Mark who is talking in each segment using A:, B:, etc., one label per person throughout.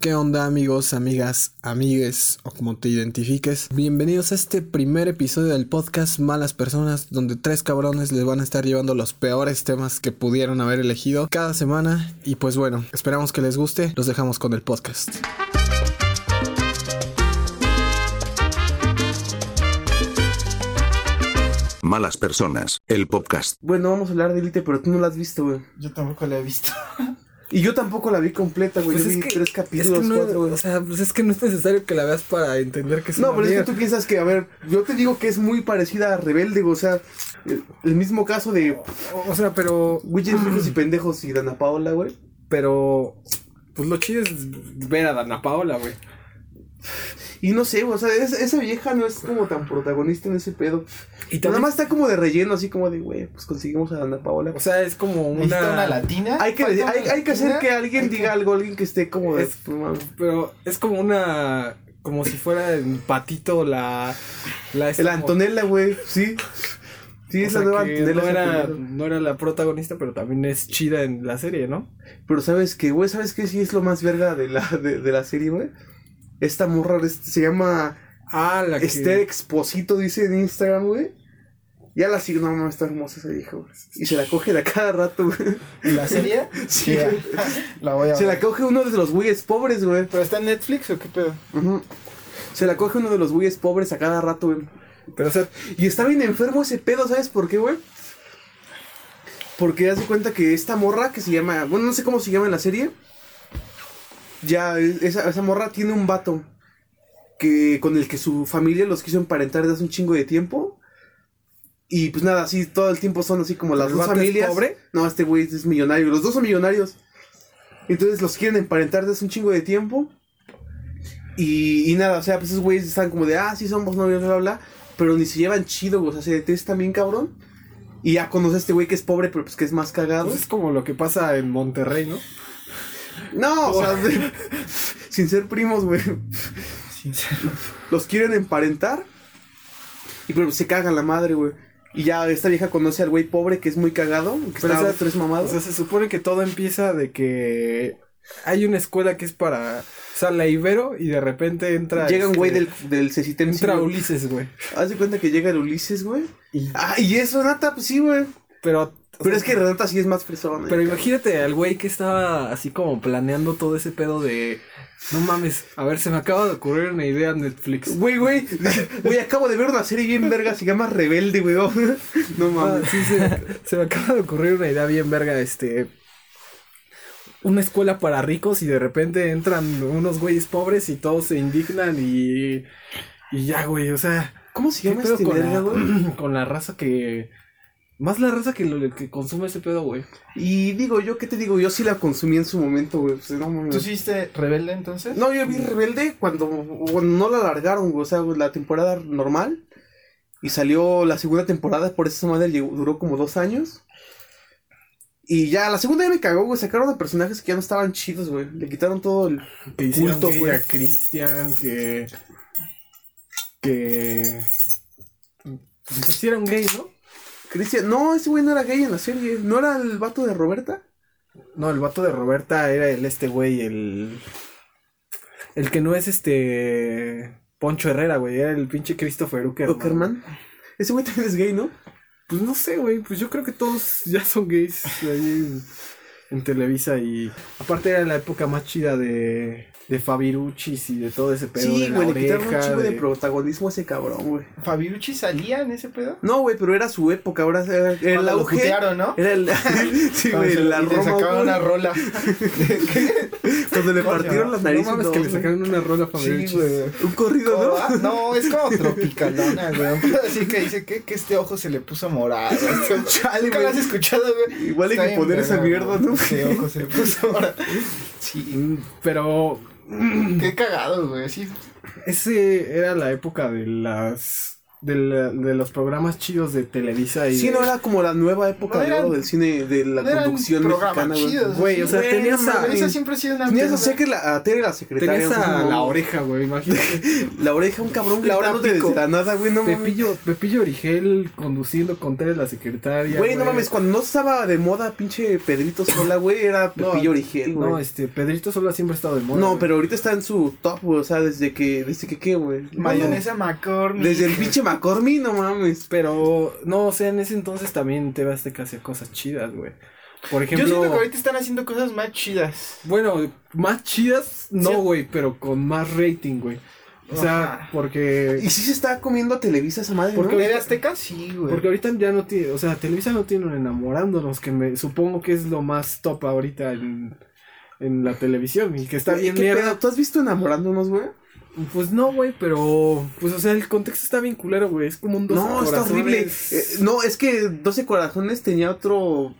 A: ¿Qué onda amigos, amigas, amigues o como te identifiques? Bienvenidos a este primer episodio del podcast Malas Personas donde tres cabrones les van a estar llevando los peores temas que pudieron haber elegido cada semana y pues bueno, esperamos que les guste, los dejamos con el podcast.
B: Malas Personas, el podcast.
C: Bueno, vamos a hablar de Elite, pero tú no la has visto, güey.
D: Yo tampoco la he visto.
C: Y yo tampoco la vi completa, güey.
D: Pues
C: yo
D: es
C: vi
D: que-
C: tres capítulos,
D: es que no,
C: cuatro, güey.
D: o sea, pues es que no es necesario que la veas para entender que es
C: No,
D: una
C: pero es que
D: mierda.
C: tú piensas que, a ver, yo te digo que es muy parecida a Rebelde, güey, o sea, el, el mismo caso de
D: O sea, pero
C: Witches, Brujos y Pendejos y Dana Paola, güey.
D: pero pues lo chido es ver a Dana Paola, güey.
C: Y no sé, güey, o sea, es- esa vieja no es como tan protagonista en ese pedo.
D: Y
C: Nada
D: también,
C: más está como de relleno, así como de, güey, pues conseguimos a Dana Paola.
D: o sea, es como
E: Necesita
D: una,
E: una, latina.
C: hay, que,
E: Falta
C: decir-
E: una
C: hay, hay que hacer
E: latina.
C: que alguien diga algo, alguien que esté como de... "Pues,
D: Es-
C: no mames.
D: pero es como una como si fuera el patito la la esta
C: El
D: como-
C: Antonella, güey, sí. Sí,
D: o
C: es
D: sea,
C: la nueva
D: que
C: Antonella.
D: no era
C: Antonella.
D: no era la protagonista, pero también es chida en la serie, ¿no?
C: Pero ¿sabes qué, güey? ¿Sabes qué sí es lo más verga de la, de, de la serie, güey? Esta morra es- se llama
D: Ah, la que
C: Esther Exposito, dice en Instagram, güey. Ya la sigo, no, mames, está hermosa esa vieja, güey. Y se la coge de a cada rato, güey.
E: ¿Y ¿La serie?
C: Sí,
E: Ya.
C: güey.
E: La voy a
C: Se la
E: ver.
C: coge uno de los güeyes pobres, güey.
E: ¿Pero está en Netflix o qué pedo?
C: Ujú. Se la coge uno de los güeyes pobres a cada rato, güey.
D: pero o sea,
C: Y está bien enfermo ese pedo, ¿sabes por qué, güey? Porque hace cuenta que esta morra que se llama. Bueno, no sé cómo se llama en la serie. Ya, e- esa, esa morra tiene un vato. Que, con el que su familia los quiso emparentar desde hace un chingo de tiempo. Y pues nada, así todo el tiempo son así como las
D: ¿El
C: dos
D: vato es
C: familias.
D: pobre?
C: No, este güey es millonario. Los dos son millonarios. Entonces los quieren emparentar desde hace un chingo de tiempo. Y, y nada, o sea, pues esos güeyes están como de, ah, sí somos novios, bla, bla, bla. Pero ni se llevan chido, güey. O sea, se detestan bien, cabrón. Y ya conoce a este güey que es pobre, pero pues que es más cagado.
D: pues es como lo que pasa en Monterrey, ¿no?
C: No, o sea, de- sin ser primos, güey.
E: Sincero.
C: Los quieren emparentar. Y pero se cagan la madre, güey. Y ya esta vieja conoce al güey pobre que es muy cagado. Que
D: Pero,
C: está
D: o sea,
C: dos, tres
D: O
C: mamados.
D: sea, se supone que todo empieza de que hay una escuela que es para. O sea, la Ibero y de repente entra.
C: llega un
D: este,
C: güey del, del Cecitem.
D: Entra Ulises, güey.
C: Haz de cuenta que llega el Ulises, güey.
D: Y-
C: Ah, y es Renata, pues sí, güey.
D: Pero. o
C: Pero
D: sea,
C: es que Renata sí es más fresona.
D: Pero imagínate al güey que estaba así como planeando todo ese pedo de. No mames, a ver, se me acaba de ocurrir una idea Netflix.
C: Güey, güey, güey, acabo de ver una serie bien verga, se llama Rebelde, güey. oh, No
D: Ah,
C: mames.
D: sí, se, se me acaba de ocurrir una idea bien verga, este. Una escuela para ricos y de repente entran unos güeyes pobres y todos se indignan y. Y ya, güey, o sea.
C: ¿Cómo se
D: ¿Qué
C: llama
D: pedo
C: este
D: con,
C: verga,
D: la,
C: güey?
D: con la raza que. Más la raza que, lo, que consume ese pedo, güey.
C: Y digo, yo, ¿qué te digo? Yo sí la consumí en su momento, güey. Pues, no mames.
E: ¿Tú sí viste Rebelde entonces?
C: No, yo vi Rebelde cuando, cuando no la alargaron, güey. O sea, la temporada normal. Y salió la segunda temporada, por eso esa madre llegó- duró como dos años. Y ya, la segunda ya me cagó, güey. Sacaron a personajes que ya no estaban chidos, güey. Le quitaron todo el.
D: Que
C: hicieron
D: culto,
C: gay
D: güey.
C: a
D: A Cristian, que. Que. pues, Se hicieron gay, ¿no?
C: Cristian, no, ese güey no era gay en la serie. ¿No era el vato de Roberta?
D: No, el vato de Roberta era el este güey, el. El que no es este. Poncho Herrera, güey. Era el pinche Christopher Uckerman.
C: Uckerman. Ese güey también es gay, ¿no?
D: Pues no sé, güey. Pues yo creo que todos ya son gays ahí en, en Televisa y aparte era la época más chida de, de Fabiruchis y de todo ese pedo de
C: sí,
D: la
C: güey, le quitaron un
D: oreja.
C: chingo de...
D: de-
C: protagonismo a ese cabrón, güey.
E: ¿Fabirucci salía en ese pedo?
C: No, güey, pero era su época, ahora era era el
E: Cuando lo
C: auge.
E: putearon, ¿no?
C: Era el. sí,
E: Cuando
C: güey,
E: se-
C: la
E: y te
C: Roma,
E: sacaban
C: güey.
E: una rola.
C: Cuando le
E: Coño,
C: partieron las
D: No
C: narices.
D: mames
C: no,
D: que le
C: güey.
D: sacaron una rola a Fabiruchis.
E: Sí, güey.
C: Un corrido, ¿no?
E: Ah, No, es como tropicalona, güey. Así que dice que, que este ojo se le puso morado.
C: Chale,
E: Nunca
C: güey.
E: lo has escuchado, güey.
C: Igual hay
E: Está
C: que
E: bien
C: poner esa
E: verga,
C: mierda, ¿no?
E: güey. Este ojo se le puso morado. Sí,
D: Mm, Pero
E: qué cagado, güey. Sí,
D: ese era la época de las de, la- de los programas chidos de Televisa y.
C: Sí,
D: de-
C: no era como la nueva época
E: No
C: de oro
E: eran-
C: del cine, de la
E: Eran
C: conducción
E: programas
C: mexicana, güey.
E: chidos,
D: Güey,
E: así,
D: o sea, tenías
E: no,
D: a-
E: mames, Esa siempre ha sido una.
C: Tenías a,
E: pena.
C: Secre- a Tere la secretaria.
D: Tenías
C: no sé
D: a
C: cómo-
D: la oreja, güey, imagínate.
C: La oreja, un cabrón
E: La hora
C: gritándote
E: pico.
C: desde la nada, güey, no mames.
D: Pepillo, Pepillo Origel conduciendo con Tere la secretaria.
C: Güey, no mames, cuando no estaba de moda pinche Pedrito Sola, güey, era
D: No,
C: Pepillo Origel, güey.
D: No, este, Pedrito solo siempre ha estado de moda.
C: No,
D: güey.
C: pero ahorita está en su top, güey, o sea, desde que, desde que qué, güey.
E: Mayonesa McCormick.
C: Desde el pinche McCormick, no mames.
D: Pero, no, o sea, en ese entonces también te vas a hacía cosas chidas, güey. Por
E: Yo
D: ejemplo.
E: siento que ahorita están haciendo cosas más chidas.
D: Bueno, más chidas,
E: Sí.
D: no, güey, pero con más rating, güey. O sea,
E: Ajá.
D: porque.
C: Y sí se estaba comiendo a Televisa esa madre,
D: ¿Por
C: ¿no?
D: qué?
E: ¿De Azteca? Sí, güey.
D: Porque ahorita ya no tiene. O sea, Televisa no tiene un enamorándonos, que me supongo que es lo más top ahorita en, en la televisión. Y que está
C: Güey,
D: bien
C: ¿qué
D: mierda.
C: pedo? ¿Tú has visto enamorándonos, güey?
D: Pues no, güey, pero. Pues o sea, el contexto está bien culero, güey. Es como un dos
C: No, está horrible. Eh, no, es que 12 corazones tenía otro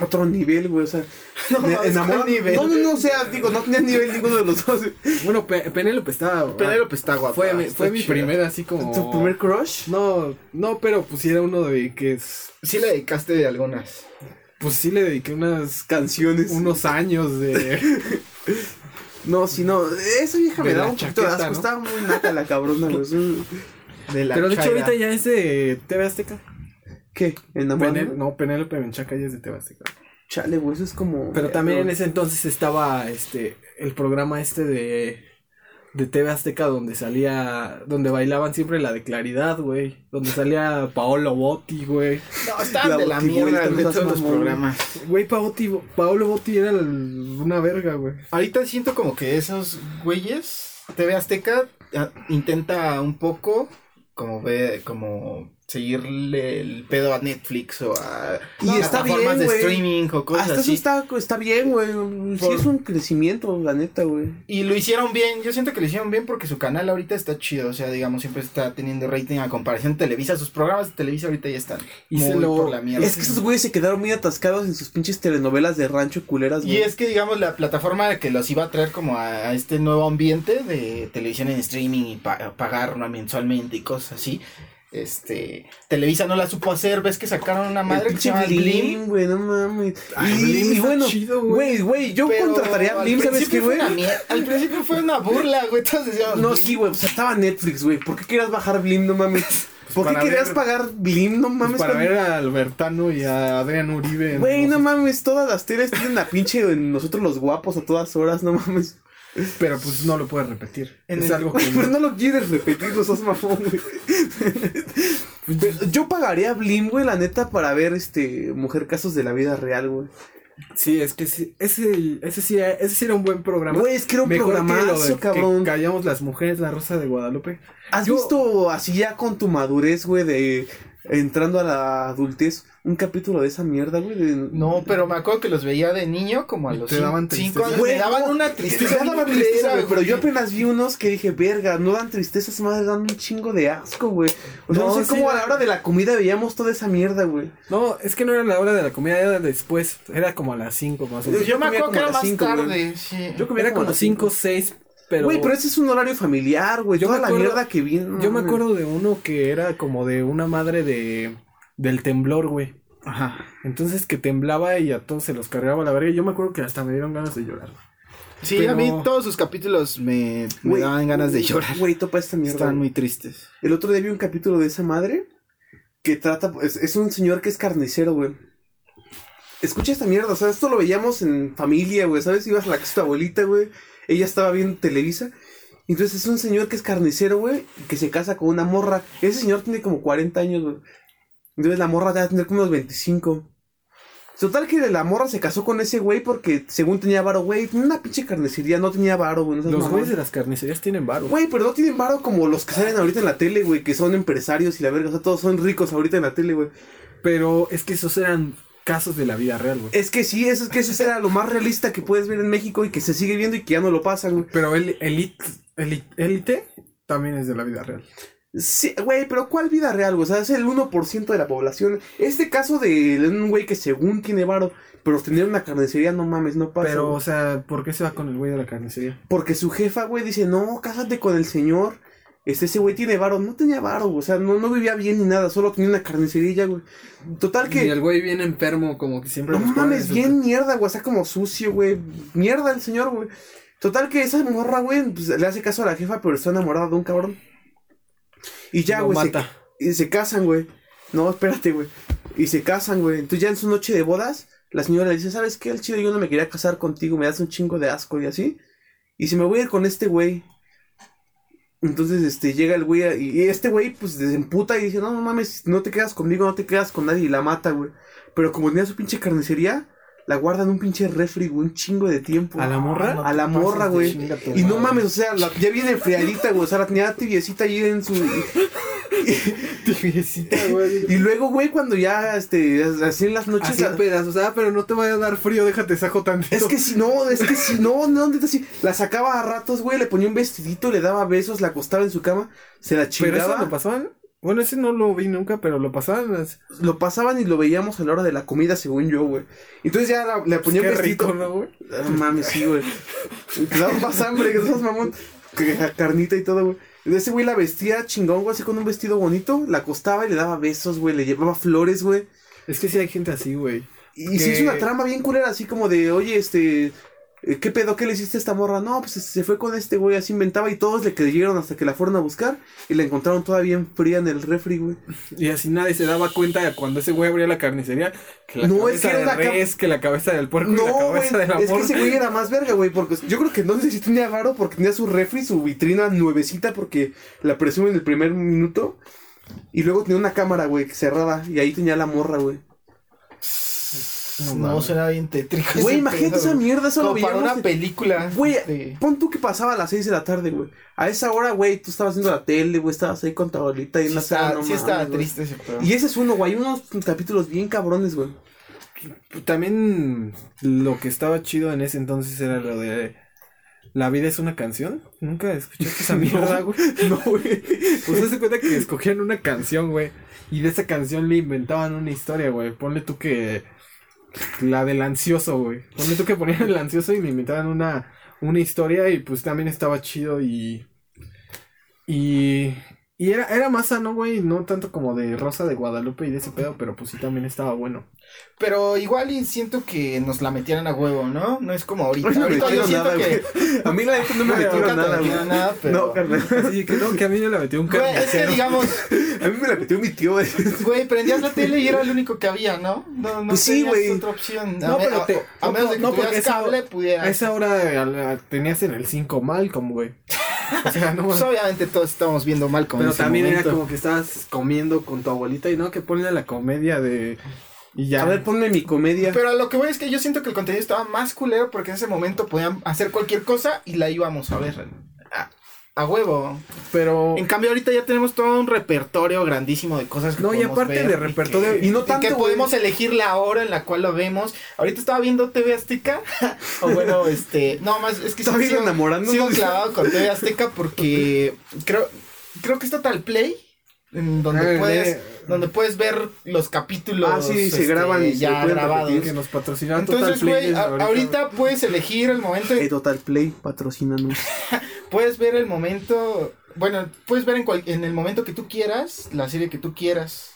C: otro nivel, güey, o sea,
E: No,
C: me-
E: es
C: enamora-
E: con nivel.
C: No, no, no, o sea, digo, no tenía nivel ninguno de los dos.
D: Bueno, Pe- Penélope está. ah,
E: Penélope está guapa.
D: Fue, mi-
E: está
D: fue mi
E: chida.
D: primera, así como.
C: ¿Tu primer crush?
D: No, no, pero pues sí era uno de que. es-
E: Sí le dedicaste de algunas.
D: Pues sí le dediqué unas
C: Canciones.
D: unos años de.
C: No, si no, esa vieja
D: De
C: me
D: la
C: daba un poquito de
D: chaqueta, ¿no?
C: asco, estaba muy nata la cabrona, güey. Sí.
E: De la
D: Pero de hecho
E: Chaira.
D: ahorita ya es de TV Azteca.
C: ¿Qué?
D: Penel-
C: ¿Enamorándonos?
D: no, Penélope Menchaca ya es de TV Azteca.
C: Chale, güey, eso es como... eh,
D: Pero también en ese entonces estaba este el programa este de de TV Azteca donde salía donde bailaban siempre la de Claridad, güey, donde salía Paolo Botti, güey.
E: No, estaban
C: La
E: de la
C: botibuelta,
E: mierda
C: no
E: de
C: seas
E: todos los
C: mamón.
E: programas.
D: Güey, Paotti- Paolo Botti era el- una verga, güey.
E: Ahorita siento como que esos güeyes, TV Azteca ah, intenta un poco como ve, como seguirle el pedo a Netflix o a,
C: Y
E: a
C: está bien,
E: plataformas de
C: güey.
E: streaming o cosas
C: Hasta
E: así.
C: eso está, está bien, güey. Sí
E: Por-
C: es un crecimiento, la neta, güey.
E: Y lo hicieron bien, yo siento que lo hicieron bien porque su canal ahorita está chido, o sea, digamos, siempre está teniendo rating a comparación de Televisa, sus programas de Televisa ahorita ya están
D: Y
E: muy
D: se lo-
E: por la mierda.
C: Es que esos güeyes se quedaron muy atascados en sus pinches telenovelas de rancho culeras,
E: Y
C: güey.
E: es que, digamos, la plataforma que los iba a traer como a, a este nuevo ambiente de televisión en streaming y pa- pagar ¿no? mensualmente y cosas así. Este, Televisa no la supo hacer, ves que sacaron una
C: El
E: madre que
C: pinche
E: se llama Blim.
C: Blim, güey, no mames.
D: Ay,
C: y,
D: Blim
C: y
D: está
C: bueno,
D: chido, güey.
C: güey, güey, yo
E: pero
C: contrataría a
E: al
C: Blim, ¿sabes qué,
E: principio fue
C: güey?
E: una mier- Al principio fue una burla, güey, todos decíamos.
C: No,
E: "Blim".
C: sí, güey, o sea, estaba Netflix, güey. ¿Por qué querías bajar Blim, no mames?
E: Pues
C: ¿Por qué
D: para
C: querías
D: ver-
C: pagar Blim, no
D: Pues
C: mames?
D: para
C: cuando-
D: ver a Albertano y a Adrián Uribe. en-
C: Güey, no mames, todas las teles tienen a pinche en nosotros los guapos a todas horas, no mames.
D: Pero pues no lo puedes repetir.
E: En
D: es
E: el-
D: algo que
C: Pero no lo quieres repetir, no seas mamón, güey.
D: Pues,
C: Pero Yo pagaría Blim, güey, la neta, para ver este Mujer Casos de la Vida Real, güey.
D: Sí, es que sí, ese, ese sí, ese sí era un buen programa.
C: Güey, es que era un
D: Mejor que lo de
C: programazo,
D: que
C: cabrón.
D: callamos las mujeres, la rosa de Guadalupe.
C: ¿Has
D: Yo-
C: visto así ya con tu madurez, güey, de entrando a la adultez, un capítulo de esa mierda, güey? de-
E: No, pero me acuerdo que los veía de niño como a
D: Y
E: los
D: te daban
E: 5
D: tristeza.
E: años.
C: Güey,
E: me daban
C: no,
E: una tristeza.
C: me daban
E: bien
C: tristeza,
E: culera,
C: güey, pero yo
E: güey.
C: apenas vi unos que dije, verga, no dan tristeza, esa madre dan un chingo de asco, güey. O sea, no,
D: No,
C: sé
D: sí,
C: cómo a la
D: dan-
C: hora de la comida veíamos toda esa mierda, güey.
D: No, es que no era la hora de la comida, era después. Era como a las 5 más o menos.
E: Yo me
C: comía
E: acuerdo
C: como
E: que
C: a
E: era
C: las
E: más
C: cinco, güey.
E: tarde, sí.
C: Yo comía
D: Era
C: como a
D: como
C: las
D: 5 o
C: cinco.
D: 6, pero.
C: Güey, pero ese es Mm, un horario familiar, güey.
D: Yo
C: Toda
D: me
C: la
D: acuerdo-
C: mierda que vi. no
D: Yo me
C: mames.
D: acuerdo de uno que era como de una madre de. del temblor, güey.
E: Ajá.
D: Entonces que temblaba y a todos se los cargaba la verga. Yo me acuerdo que hasta me dieron ganas de llorar.
E: Sí,
D: Pero-
E: a mí todos sus capítulos me, me
C: Güey,
E: daban ganas de llorar.
C: Güey, topa esta mierda.
E: Estaban
C: güey.
E: muy tristes.
C: El otro día vi un capítulo de esa madre que trata. Es, es un señor que es carnicero, güey. Escucha esta mierda, o sea, esto lo veíamos en familia, güey, ¿sabes? Ibas a la casa de tu abuelita, güey. Ella estaba viendo Televisa. Entonces es un señor que es carnicero, güey, que se casa con una morra. Ese señor tiene como 40 años, güey. Entonces la morra debe tener como unos 25. Total que la morra se casó con ese güey porque según tenía varo, güey, tenía una pinche carnicería, no tenía varo, güey. no seas
D: Los
C: mamón.
D: güeyes de las carnicerías tienen varo.
C: Güey, pero no tienen varo como los que salen ahorita en la tele, güey, que son empresarios y la verga, o sea, todos son ricos ahorita en la tele, güey.
D: Pero es que esos eran casos de la vida real, güey.
C: Es que sí, eso es que eso era lo más realista que puedes ver en México y que se sigue viendo y que ya no lo pasan, güey.
D: Pero el elite, elite, Élite también es de la vida real.
C: Sí, güey, pero ¿cuál vida real, güey? O sea, es el 1% de la población. Este caso de un güey que según tiene varo, pero tener una carnicería, no mames, no pasa.
D: Pero,
C: güey.
D: o sea, ¿por qué se va con el güey de la carnicería?
C: Porque su jefa, güey, dice, no, cásate con el señor. Este, ese güey tiene varo. No tenía varo, o sea, no, no vivía bien ni nada. Solo tenía una carnicería, güey. Total que...
D: Y el güey bien enfermo, como que siempre.
C: No
D: los pone en
C: mames,
D: su-
C: bien mierda, güey. Está como sucio, güey. Mierda el señor, güey. Total que esa morra, güey, pues, le hace caso a la jefa, pero está enamorada de un cabrón. Y ya,
D: Lo
C: güey. se-
D: mata.
C: y se casan, güey. No, espérate, güey. Y se casan, güey. Entonces ya en su noche de bodas, la señora le dice, ¿sabes qué? El chido yo no me quería casar contigo, me das un chingo de asco y así. Y si me voy a ir con este güey. Entonces, este, llega el güey a- y y este güey, pues, se emputa y dice, no, no mames, no te quedas conmigo, no te quedas con nadie y la mata, güey. Pero como tenía su pinche carnicería, la guarda en un pinche refri, güey, un chingo de tiempo.
D: ¿A la morra?
C: A la morra, güey.
E: Chinga tu
C: Y no
E: madre.
C: mames, o sea, la- ya viene enfriadita, güey. O sea, la tenía tibiecita ahí en su.
D: Tibiecita, güey.
C: Y luego, güey, cuando ya, este, así en las noches.
D: Así
C: la-
D: a pedazos. Ah, pero no te vaya a dar frío, déjate saco tantito.
C: es que si no, es que si no, no, neta, sí. La sacaba a ratos, güey, le ponía un vestidito, le daba besos, la acostaba en su cama, se la
D: Pero
C: chingaba.
D: eso lo pasaban. Bueno, ese no lo vi nunca, pero lo pasaban. las-
C: lo pasaban y lo veíamos a la hora de la comida, según yo, güey. Entonces ya la- le ponía
D: Qué
C: un vestidito.
D: rico, ¿no, güey?
C: Ah, mames, sí, güey. Te daba más hambre que esas mamón. Que la carnita y todo, güey. Ese güey la vestía chingón, güey, así con un vestido bonito. La acostaba y le daba besos, güey. Le llevaba flores, güey.
D: Es que sí hay gente así, güey.
C: Y se
D: Que-
C: hizo una trama bien culera, así como de, oye, este. eh, ¿Qué pedo? ¿Qué le hiciste a esta morra? No, pues se fue con este güey, así inventaba y todos le creyeron hasta que la fueron a buscar y la encontraron toda bien fría en el refri, güey.
D: Y así nadie se daba cuenta de cuando ese güey abría la carnicería. Que la
C: No,
D: cabeza
C: es que era
D: del
C: una cab-
D: res, que la cabeza del puerco y la
C: No, güey,
D: cabeza de la
C: es que
D: morra.
C: ese güey era más verga, güey, porque yo creo que no sé si tenía varo porque tenía su refri, su vitrina nuevecita porque la presume en el primer minuto y luego tenía una cámara, güey, cerrada y ahí tenía la morra, güey.
E: No, suena bien tétrico.
C: Güey,
E: ese
C: imagínate
E: pedo,
C: esa
E: güey.
C: mierda, eso lo
E: Como para
C: veíamos
E: una
C: de-
E: película.
C: Güey,
E: de-
C: pon tú que pasaba a las 6 de la tarde, güey. A esa hora, güey, tú estabas viendo la tele, güey, estabas ahí con tu abuelita y en
E: Sí
C: la sala,
E: está,
C: no
E: sí está
C: mames, güey.
E: triste ese pedo.
C: Y ese es uno, güey, hay unos capítulos bien cabrones, güey.
D: También lo que estaba chido en ese entonces era lo de La vida es una canción. Nunca escuchaste esa mierda, güey.
C: No, güey.
D: Pues se cuenta que escogían una canción, güey. Y de esa canción le inventaban una historia, güey. Ponle tú que. La del ansioso, güey. Ponle tú que ponían el ansioso y le inventaban una, una historia. Y pues también estaba chido y. Y. Y era, era más sano, güey. No tanto como de Rosa de Guadalupe y de ese pedo, pero pues sí también estaba bueno.
E: Pero igual y siento que nos la metieran a huevo, ¿no? No es como ahorita.
C: No me
E: ahorita yo
C: metieron
E: siento
C: nada,
E: que.
C: güey. A mí la neta no me
E: Bueno,
C: metieron
E: nunca te
C: nada, güey.
E: metieron nada, pero-
C: No, carnal.
D: Así que no, que a mí me la metió un
E: Güey, es que
D: carnicero.
E: digamos,
C: A mí me la metió mi tío, güey.
E: güey, prendías la tele y era el único que había, ¿no? No, no
C: Pues sí,
E: tenías
C: güey.
E: otra opción. A,
D: No,
E: me-
D: pero
E: a-
D: te-
E: a
D: no,
E: menos de que
D: no, porque
E: tuvieras
D: esa-
E: cable, pudieras.
D: A esa hora a la- tenías en el 5 Malcolm, güey. O sea, no
E: Pues obviamente todos estábamos viendo mal con
D: Pero también era como que estabas comiendo con tu abuelita y no, que ponle la comedia de. Y ya.
C: A ver, ponme mi comedia.
E: Pero a lo que voy es que yo siento que el contenido estaba más culero porque en ese momento podían hacer cualquier cosa y la íbamos a ver. A, a huevo.
C: Oh.
D: pero.
E: En cambio, ahorita ya tenemos todo un repertorio grandísimo de cosas que
D: No, y
E: podemos
D: aparte
E: ver
D: de
E: que-
D: repertorio,
C: y no
E: que
C: tanto, eh. güey.
E: podemos elegir la hora en la cual lo vemos. Ahorita estaba viendo TV Azteca. o bueno, este. No, más es que
C: Estaba bien
E: sigo-
C: enamorándonos.
E: Sigo clavado con TV Azteca porque creo, creo que está tal Play. En donde
D: Ah,
E: puedes,
D: de-
E: donde puedes ver los capítulos.
C: Eh,
E: este,
C: Ah, sí, se graban y se
E: ya
C: pueden
E: grabados.
C: repetir.
D: Que nos patrocinaba Total
E: Entonces, güey,
D: Play.
E: a- ahorita, puedes elegir el momento,
C: Eh,
E: en-
C: Total Play, patrocínanos.
E: puedes ver el momento, bueno, puedes ver en, cual- en el momento que tú quieras, la serie que tú quieras.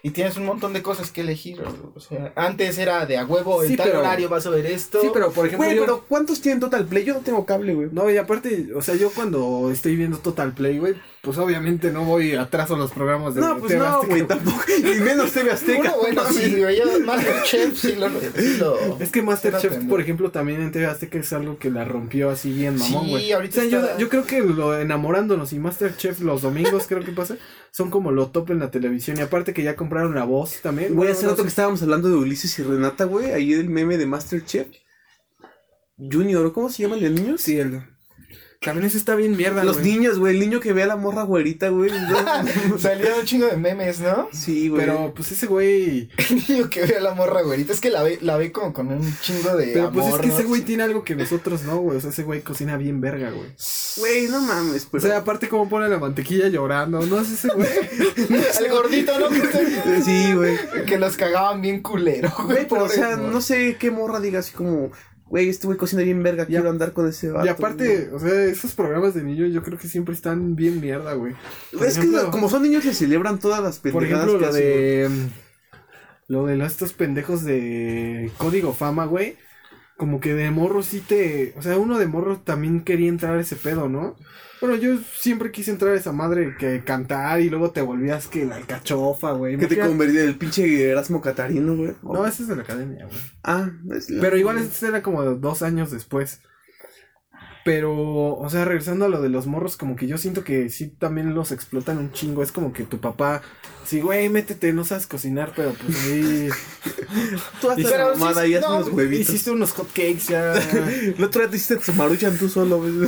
E: Y tienes un montón de cosas que elegir. o- o sea, antes era de a huevo, en
D: Sí,
E: tal
D: pero-
E: horario vas a ver esto.
D: Sí, pero por ejemplo.
C: Güey,
D: yo-
C: pero ¿cuántos tienen Total Play? Yo no tengo cable, güey.
D: No, y aparte, o sea, yo cuando estoy viendo Total Play, güey, pues obviamente no voy atrás a los programas de.
C: No, pues
D: TV
C: no,
D: Azteca,
C: güey, tampoco. Y menos TV Azteca.
E: Bueno, bueno,
C: no
E: sí,
C: mames.
E: güey, yo Masterchef sí lo... sí lo-
D: Es que Masterchef,
E: Espérate,
D: por
E: ¿no?
D: ejemplo, también en TV Azteca es algo que la rompió así bien, mamón,
E: Sí,
D: güey.
E: ahorita
D: O sea, yo-
E: está-
D: yo, creo que lo enamorándonos y Masterchef los domingos, creo que pasa, son como lo top en la televisión. Y aparte que ya compraron la voz también.
C: Güey,
D: Bueno,
C: hace
D: no
C: rato
D: sé.
C: que estábamos hablando de Ulises y Renata, güey. Ahí el meme de Masterchef. Junior, ¿cómo se llama el de niños?
D: Sí, el- También eso está bien mierda,
C: Los
D: güey.
C: niños, güey. El niño que ve a la morra güerita, güey.
E: Salieron un chingo de memes, ¿no?
C: sí, güey.
D: Pero pues ese güey...
E: El niño que ve a la morra güerita, es que la ve, la ve como con un chingo de
D: Pero
E: amor,
D: pues es que
E: ¿no?
D: ese güey tiene algo que nosotros no, güey. O sea, ese güey cocina bien verga, güey.
C: Güey, no mames,
D: O
C: pero.
D: sea, aparte como pone la mantequilla llorando. No es ese güey.
E: El gordito, ¿no?
C: sí, güey.
E: Que los cagaban bien culero, güey.
C: Güey, pero o
E: pobres
C: sea,
E: morros.
C: no sé qué morra diga así como, güey, este güey cocina bien verga, quiero andar con ese vato.
D: Y aparte, o sea, esos programas de niños yo creo que siempre están bien mierda, güey.
C: güey.
D: Por
C: es
D: ejemplo-
C: que como son niños se celebran todas las
D: Por
C: pendejadas
D: ejemplo,
C: que
D: lo
C: hacen, güey.
D: de. mm, Lo de los- estos pendejos de Código Fama, güey. Como que de morro sí te. O sea, uno de morro también quería entrar a ese pedo, ¿no? Bueno, yo siempre quise entrar a esa madre que cantar y luego te volvías que la alcachofa, güey.
C: Que te
D: Imagina-
C: convertí en el pinche Erasmo Catarino, güey.
D: No, ese es de la academia, güey.
C: Ah, es la-
D: Pero igual este era como dos años después. Pero, o sea, regresando a lo de los morros, como que yo siento que sí también los explotan un chingo. Es como que tu papá, sí, güey, métete, no sabes cocinar, pero pues sí.
C: Tú haces
E: Pero
C: la mamada
E: sí,
C: y haces
E: no,
C: unos huevitos.
D: Hiciste unos hotcakes ya.
C: El otro día te hiciste tu maruchan tú solo, güey.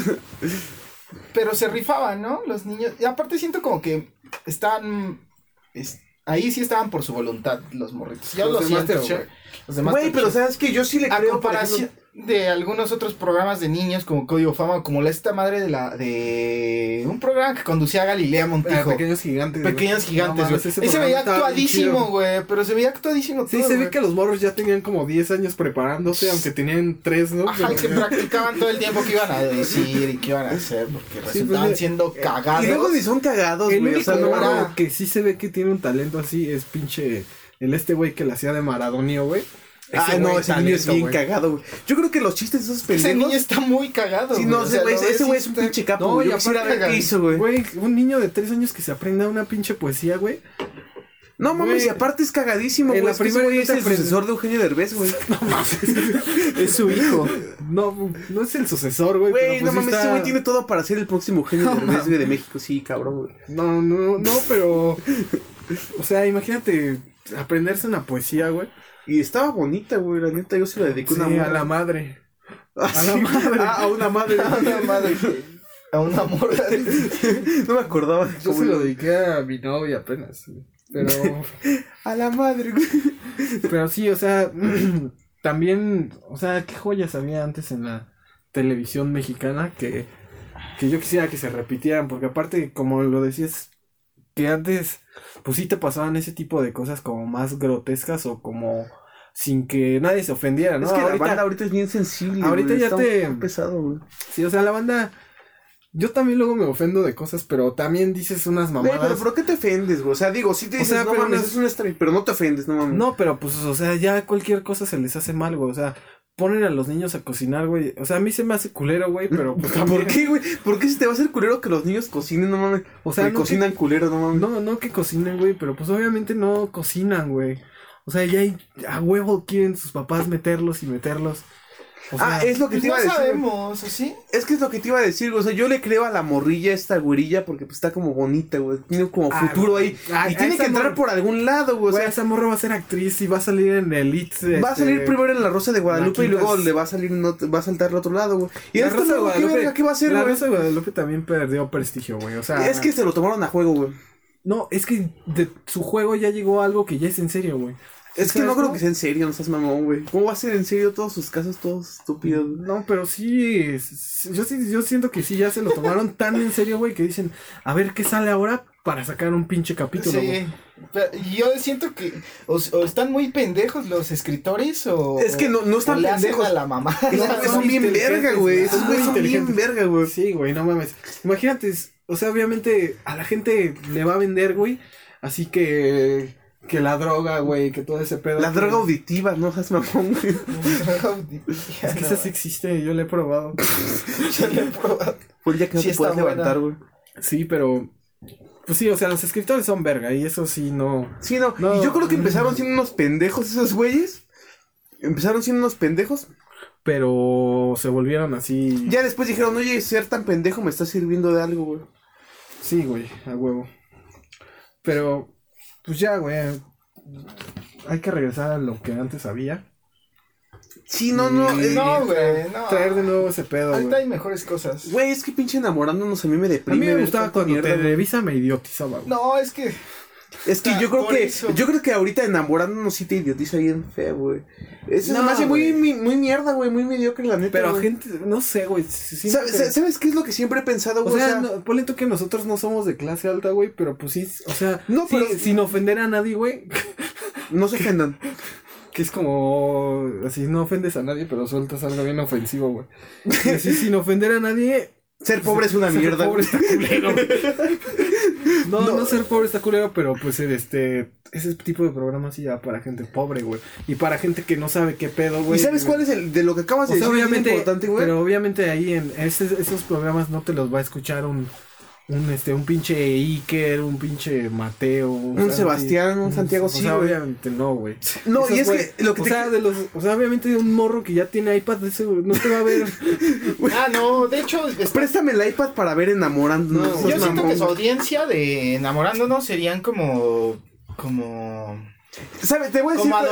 E: Pero se rifaban, ¿no? Los niños. Y aparte siento como que estaban. es- ahí sí estaban por su voluntad los morritos. Yo
D: Los
E: los
D: de
E: siento,
D: Masterchef.
E: güey. Los demás.
C: Güey, pero sabes que yo sí le
E: A
C: creo por
E: comparación
C: ejemplo,
E: de algunos otros programas de niños como Código Fama, como la esta madre de la de un programa que conducía a Galilea
D: Ah,
E: Montijo.
D: pequeños gigantes. güey.
E: Pequeños gigantes,
D: No
E: güey.
D: mames, ese
E: Ahí se
D: programa
E: veía
D: estaba bien
E: actuadísimo,
D: chido.
E: güey. Pero se veía actuadísimo
D: Sí,
E: todo,
D: se ve
E: güey.
D: que los morros ya tenían como 10 años preparándose, aunque tenían 3, ¿no?
E: Ajá, y que practicaban todo el tiempo que iban a decir y que iban a hacer, porque
D: pues,
E: resultaban
D: eh,
E: siendo cagados.
C: Y luego ni son cagados,
D: El
C: güey. O
D: único
C: sea, no
E: programa-
C: mames.
D: morro que sí se ve que tiene un talento así es pinche. El este güey que la hacía de Maradonio, güey.
C: Ah,
E: güey
C: no, ese niño es
E: talento,
C: bien
E: güey.
C: cagado, güey. Yo creo que los chistes de esos
E: Ese niño
C: pendejos.
E: está muy cagado.
C: Sí, no,
E: o
C: ese
E: sea,
C: güey
E: lo
C: ese
E: ves
C: güey
E: y
C: es un
E: está-
C: pinche capo,
D: No,
C: güey.
D: y
C: Yo quisiera ver
E: aparte
C: qué
E: cagan.
C: hizo, güey.
D: Güey, un niño de tres años que se aprenda una pinche poesía, güey.
C: No mames,
D: Güey.
C: y aparte es cagadísimo,
D: En
C: güey.
D: la
C: Es que ese
D: primaria
C: güey
D: no
C: es
D: te
C: el
D: aprendes.
C: sucesor de Eugenio Derbez, güey.
E: Es su hijo.
D: No, no es el sucesor, güey. pero
C: Güey,
D: pues
C: no
D: sí
C: mames,
D: está-
C: ese güey tiene todo para ser el próximo Eugenio Derbez, güey, de México. Sí, cabrón, güey.
D: No, no, no, pero. O sea, imagínate aprenderse una poesía, güey.
C: Y estaba bonita, güey, la neta. Yo se la dediqué a una
D: Sí, a
C: morra.
D: la madre.
C: Ah,
D: a la
C: sí.
D: madre.
C: Ah, a una madre.
E: A una madre. A una morra.
C: No me acordaba. de
D: Yo
C: cómo
D: se lo
C: iba.
D: dediqué a mi novia apenas. güey. Pero.
C: A la madre, güey.
D: Pero sí, o sea, también, o sea, qué joyas había antes en la televisión mexicana que, que yo quisiera que se repitieran, porque aparte, como lo decías, que antes, pues sí te pasaban ese tipo de cosas como más grotescas o como sin que nadie se ofendiera, ¿no?
C: es que
D: Ahorita-
C: la banda ahorita es bien sensible.
D: ahorita
C: güey,
D: ya
C: está
D: te-
C: muy pesado, güey.
D: Sí, o sea, la banda, yo también luego me ofendo de cosas, pero también dices unas
C: Güey,
D: mamadas.
C: pero ¿por qué te ofendes, güey? O sea, digo, si te
D: O
C: dices,
D: sea,
C: no
D: pero
C: mames,
D: no-
C: es un strike, pero no te ofendes, no mames.
D: No, pero pues, o sea, ya cualquier cosa se les hace mal, güey. O sea, ponen a los niños a cocinar, güey. O sea, a mí se me hace culero, güey, pero pues también.
C: ¿Por qué, güey? ¿Por qué se te va a hacer culero que los niños cocinen, no mames?
D: O sea,
C: Güey,
D: no
C: cocinan culero, no mames.
D: No, no que cocinen, güey, pero pues obviamente no cocinan, güey. O sea, ya hay- a huevo quieren sus papás meterlos y meterlos. O sea,
C: ah, es lo que
E: Pues
C: te iba
E: no
C: a decir.
E: sabemos, ¿o sí?
C: Es que es lo que te iba a decir, güey. O sea, yo le creo a la morrilla esta güerilla porque pues está como bonita, güey. Tiene como
D: Ah,
C: futuro
D: güey.
C: ahí.
D: Ah,
C: y tiene
D: esa
C: que entrar
D: morra-
C: por algún lado, güey. O
D: güey,
C: sea,
D: esa morra va a ser actriz y va a salir en Elite.
C: va a
D: este,
C: salir primero en la Rosa de Guadalupe y
D: quinta
C: luego
D: es-
C: le va a salir, no, va a saltar al otro lado, güey. Y
D: La
C: esto
D: Rosa de
C: luego, ¿qué
D: Guadalupe-
C: verga? ¿Qué va a hacer,
D: La
C: güey?
D: Rosa de Guadalupe también perdió prestigio, güey. O sea,
C: Es que se lo tomaron a juego, güey.
D: no, es que de su juego ya llegó algo que ya es en serio, güey. ¿Sí
C: Es que no
D: sabes
C: creo
D: cómo?
C: que sea en serio, no seas mamón, güey. ¿Cómo va a ser en serio todos sus casos todos estúpidos? güey?
D: No, pero sí, es- yo sí, yo siento que sí, ya se lo tomaron tan en serio, güey, que dicen, a ver qué sale ahora para sacar un pinche capítulo. güey.
E: Sí. Pero Yo siento que o, o están muy pendejos los escritores o
C: Es que no- no están
E: o le hacen
C: pendejos.
E: a la mamá.
C: Esos güeyes son bien
D: inteligentes,
C: verga, güey.
D: güey.
C: Esos güeyes
D: Son
C: son bien
D: inteligentes.
C: verga, güey.
D: Sí, güey, no mames. Imagínate, es- o sea, obviamente a la gente le va a vender, güey, así que que la droga, güey, que todo ese pedo.
C: La
D: que-
C: droga auditiva, no seas mamón, güey.
D: Es que esa sí existe, yo la he probado.
C: Fue el día que no
E: Sí
C: te
E: está
C: puedas
E: buena.
C: levantar, güey.
D: Sí, pero pues sí, o sea, los escritores son verga y eso sí no.
C: Sí, no.
D: No.
C: Y yo creo que empezaron siendo unos pendejos esos güeyes. Empezaron siendo unos pendejos.
D: Pero se volvieron así.
C: Ya después dijeron, oye, ser tan pendejo me está sirviendo de algo, güey.
D: Sí, güey, a huevo. Pero, pues ya, güey. Hay que regresar a lo que antes había.
C: Sí, no, no. eh,
E: No, güey, no.
D: Traer de nuevo ese pedo,
E: Ahorita
D: güey.
E: hay mejores cosas.
C: Güey, es que pinche enamorándonos a mí me
D: A
C: deprime.
D: mí me
C: ver
D: gustaba
C: tanta
D: cuando
C: mierda, güey.
D: Televisa me idiotizaba, güey.
E: No, es que
C: Es que
E: Ah,
C: yo creo
E: por
C: que
E: eso.
C: yo creo que ahorita enamorándonos sí te idiotiza bien feo, güey. Eso
D: No,
C: se me hace muy,
D: güey.
C: mi- muy mierda, güey, muy mediocre la neta.
D: Pero
C: güey.
D: gente, no sé, güey. si- si-
C: ¿Sabes,
D: siento que-
C: sabes qué es lo que siempre he pensado,
D: o
C: güey?
D: sea, no, ponle tú que nosotros no somos de clase alta, güey, pero pues sí, o sea,
C: No,
D: sí,
C: pero-
D: sin ofender a nadie, güey.
C: no se ofendan.
D: Que es como. Así no ofendes a nadie, pero sueltas algo bien ofensivo, güey. Y así sin ofender a nadie.
C: Ser pobre es una
D: ser
C: mierda.
D: pobre está culero. No, no,
C: No.
D: ser pobre está culero, pero pues este. Ese tipo de programas sí ya para gente pobre, güey. Y para gente que no sabe qué pedo, güey.
C: ¿Y sabes cuál es el de lo que acabas
D: O
C: de
D: sea,
C: decir? bien
D: obviamente,
C: importante, güey.
D: pero obviamente ahí en ese- esos programas no te los va a escuchar un, un este, un pinche Iker, un pinche Mateo, un, Santi- Mm,
C: Sebastián, un Santiago,
D: o
C: sí,
D: sea,
C: güey.
D: obviamente no, güey.
C: No,
D: Esos
C: y es
D: güey-
C: que lo que
D: o
C: te-
D: sea, de los, o sea, obviamente un morro que ya tiene iPad, ese güey, no te va a ver.
E: Ah, no, de hecho, es-
C: Préstame el iPad para ver enamorándonos.
D: No,
C: No,
E: yo siento que su audiencia de enamorándonos serían como. como.
C: ¿Sabes? Te voy a decir.
E: como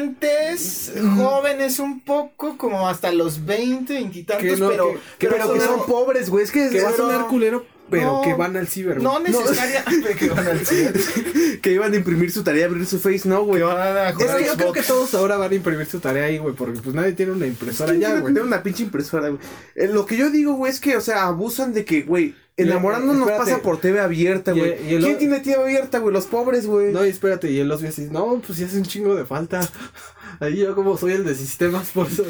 E: adolescentes, jóvenes un poco, como hasta los 20, 20 y tantos,
D: Que no,
E: pero.
D: que-
E: pero
C: pero que
E: no-
C: son pobres, güey. Es que,
D: que va a
E: Pero-
D: sonar culero, pero
E: no,
D: que van al ciber.
E: No
D: güey.
E: necesariamente que van al ciber,
C: que iban a imprimir su tarea, abrir su face, no,
E: que
C: güey.
E: van a
D: Es
E: jugar
D: que yo creo
E: Xbox.
D: que todos ahora van a imprimir su tarea ahí, güey, porque pues nadie tiene una impresora
C: ¿Quién
D: ya,
C: quiere
D: güey.
C: tener una pinche impresora, güey. Eh, lo que yo digo, güey, es que, o sea, abusan de que, güey, enamorándonos
D: Espérate.
C: pasa por TV abierta,
D: Y-
C: güey.
D: y el
C: ¿Quién
D: o-
C: tiene TV abierta, güey? Los pobres, güey.
D: No, y espérate, y él los vio así, no, pues sí hace un chingo de falta. Ahí yo como soy el de sistemas, por eso.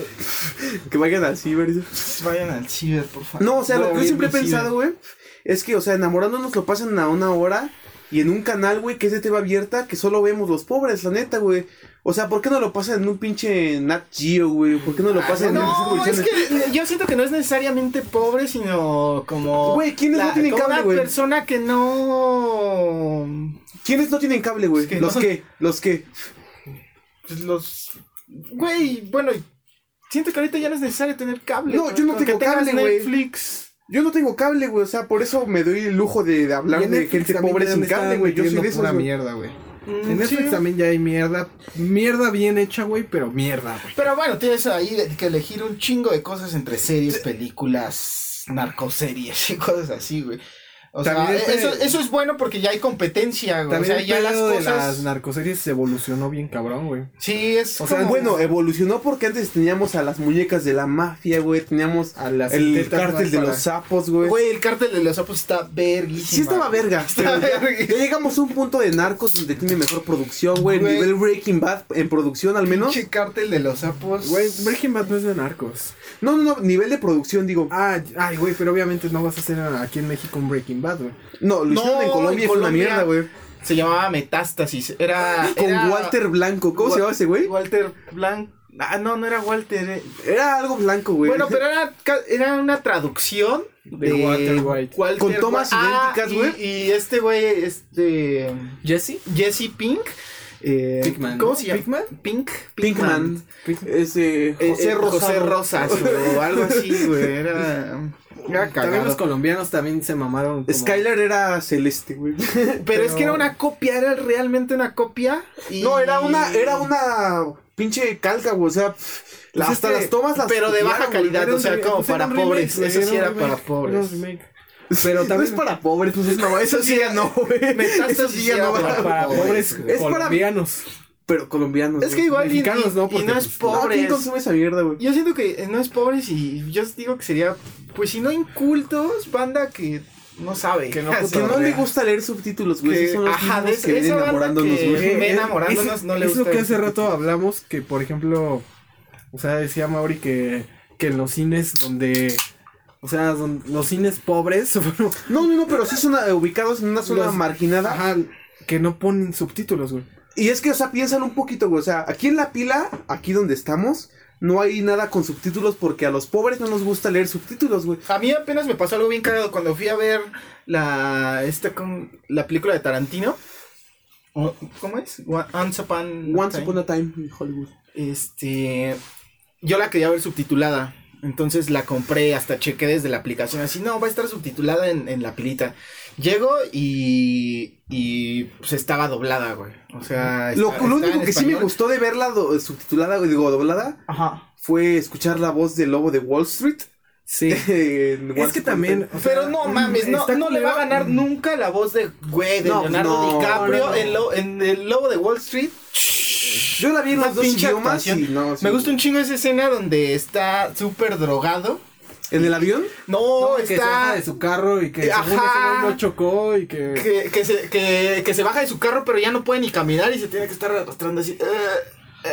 C: Que vayan al ciber. y-
E: Vayan al ciber, por favor.
C: No, o sea,
E: Voy
C: lo
E: a
C: que yo
E: abrir
C: siempre he
E: mi ciber.
C: pensado, güey, es que, o sea, enamorándonos lo pasan a una hora y en un canal, güey, que es de TV abierta, que solo vemos los pobres, la neta, güey. O sea, ¿por qué no lo pasan en un pinche Nat Geo, güey? ¿Por qué no lo pasan en esas
E: No, es
C: producciones?
E: que yo siento que no es necesariamente pobre, sino como.
C: Güey, ¿quiénes no tienen
E: como
C: cable,
E: Una
C: güey?
E: persona que no.
C: ¿Quiénes no tienen cable, güey?
E: Es que
C: los
E: no.
C: que, los que.
E: pues, los. Güey, bueno, siento que ahorita ya no es necesario tener cable.
C: No,
E: güey,
C: yo no
E: con
C: tengo
E: que tengas
C: cable, güey.
E: Netflix.
C: Yo no tengo cable, güey, o sea, por eso me doy el lujo de, de
D: Y
C: hablar
D: en
C: de
D: Netflix
C: gente
D: también
C: pobre
D: ya
C: sin
D: le están
C: cable, güey. Yo soy
D: metiendo
C: de esos,
D: pura
C: güey.
D: mierda, güey.
E: Mm,
D: En Netflix
E: sí.
D: también ya hay mierda, mierda bien hecha, güey, pero mierda, güey.
E: Pero bueno, tienes ahí de- que elegir un chingo de cosas entre series, películas, narcoseries y cosas así, güey. O sea,
D: También este-
E: eso, eso es bueno porque ya hay competencia, güey. O
D: También
E: sea,
D: el
E: ya las
D: pedo de
E: cosas.
D: las narcoseries se evolucionó bien cabrón, güey.
E: Sí, es.
C: O sea,
E: como-
C: bueno, evolucionó porque antes teníamos a las muñecas de la mafia, güey. Teníamos
D: A las
C: el
D: intentas
C: cártel
D: más
C: de
D: para-
C: los sapos, güey.
E: Güey, el cártel de los sapos está verguísima.
C: eh, Sí estaba
E: güey.
C: verga.
E: Estaba
C: pero ya-
E: verga.
C: Ya llegamos a un punto de narcos donde tiene mejor producción, güey.
E: Güey.
C: Nivel Breaking Bad en producción al menos.
E: Pinche cártel de los sapos.
D: Güey, Breaking Bad no es de narcos.
C: No, no, no, nivel de producción, digo.
D: Ah, ay, güey, pero obviamente no vas a hacer aquí en México un Breaking Bad, güey.
C: No, lo
E: No,
C: hicieron en Colombia,
E: en
C: es una
E: Colombia.
C: mierda, güey.
E: Se llamaba Metástasis. Era.
C: Con
E: era-
C: Walter Blanco, ¿cómo se
E: Wa-
C: llamaba ese güey?
E: Walter Blanc. Ah, no, no era Walter. eh.
C: Era algo blanco, güey.
E: Bueno, pero era, ca- era una traducción
D: De Walter White.
E: Walter
C: Con tomas
E: White. Ah,
C: idénticas,
E: y-
C: güey.
E: Y, este güey, este.
D: ¿Jesse?
E: Jesse Pink. eh,
D: Pinkman,
E: ¿Cómo
D: ¿no?
E: se llama?
D: Pinkman?
E: Pink.
C: Pinkman. Ese
E: Eh, eh,
C: José Rosado.
E: José Rosas o algo así, güey. Era. Era
D: También
E: cagado.
D: los colombianos también se mamaron. como-
C: Skyler era celeste, güey.
E: Pero, es
D: pero-
E: que era una copia, era realmente una copia. y-
C: No, era una, era una pinche calca, güey. O sea, la-
D: Pues
C: hasta
D: es que-
C: las tomas las
E: Pero de baja
C: copiaron, güey.
E: calidad,
D: Era
E: o
D: un
E: sea,
D: remake,
E: como
D: pues era
E: para
D: un remake,
E: pobres.
D: güey,
E: Eso sí
D: un
E: era
D: remake,
E: para
D: era un
E: pobres.
D: remake. Pero también
C: No es para pobres, pues es no, eso sí ya no, güey. Eso
E: Metástasis
C: sí
E: ya
C: ya no
E: para-
C: va.
D: para pobres
C: Es para-
D: colombianos.
C: Pero colombianos.
E: Es que
C: güey.
E: igual y-
D: Mexicanos,
E: y,
D: ¿no?
E: y
D: Porque,
E: no es
D: pues,
C: Ah,
E: pobres.
C: ¿Quién consume esa mierda, güey?
E: yo siento que eh, no es pobres y yo os digo que sería, pues si no incultos, banda que no sabe.
D: Que no
E: Así,
C: Que no
D: Cotorrea.
C: le gusta leer subtítulos, güey.
E: Que-
C: Esos son los
E: ajá,
C: mismos
E: de-
C: que ven
E: esa banda
C: enamorándonos,
E: que-
C: güey.
E: Ve,
D: Eh,
E: enamorándonos
D: es-
E: no le
D: Es lo
E: gusta
D: que
E: este
D: hace rato hablamos que, por ejemplo, o sea, decía Mauri que, que en los cines donde, o sea, don- los cines pobres, bueno,
C: No, no, no, pero sí son eh, ubicados en una zona
D: Los-
C: marginada.
D: ajá, que no ponen subtítulos, güey.
C: Y es que, o sea, piénsalo un poquito, güey. O sea, aquí en la pila, aquí donde estamos, no hay nada con subtítulos porque a los pobres no nos gusta leer subtítulos, güey.
E: A mí apenas me pasó algo bien cagado cuando fui a ver la esta con la película de Tarantino. O- ¿Cómo es? Wa- Once Upon
C: Once
E: Time.
C: upon a time in Hollywood.
E: Este, yo la quería ver subtitulada. Entonces la compré, hasta chequé desde la aplicación. Así, no, va a estar subtitulada en, en la pilita. Llego y. Y. Pues estaba doblada, güey. O sea.
C: Lo, lo
E: esta- estaba
C: único
E: en
C: que sí me
E: español.
C: gustó de verla do- subtitulada, güey, digo, doblada,
E: Ajá.
C: fue escuchar la voz del lobo de Wall Street.
D: Sí.
C: en
D: es
C: Once
D: que
C: Upon a
D: también,
C: Time.
D: o sea,
E: Pero no mames, no,
D: Mm, está
E: no le va a
D: culero.
E: ganar nunca la voz de güey de
C: No,
E: Leonardo
C: no,
E: DiCaprio
C: no, no.
E: En, lo- en el lobo de Wall Street.
C: Yo la vi en
E: Una
C: los dos
E: pinche
C: idiomas
E: actuación.
C: y no, sí.
E: Me gusta un chingo esa escena donde está súper drogado.
C: ¿En el avión?
E: No,
D: No, que se
E: está.
D: baja de su carro y que
E: Ajá.
D: según ese güey no chocó y que...
E: que, que se, que, que se baja de su carro, pero ya no puede ni caminar y se tiene que estar arrastrando así. eh, eh,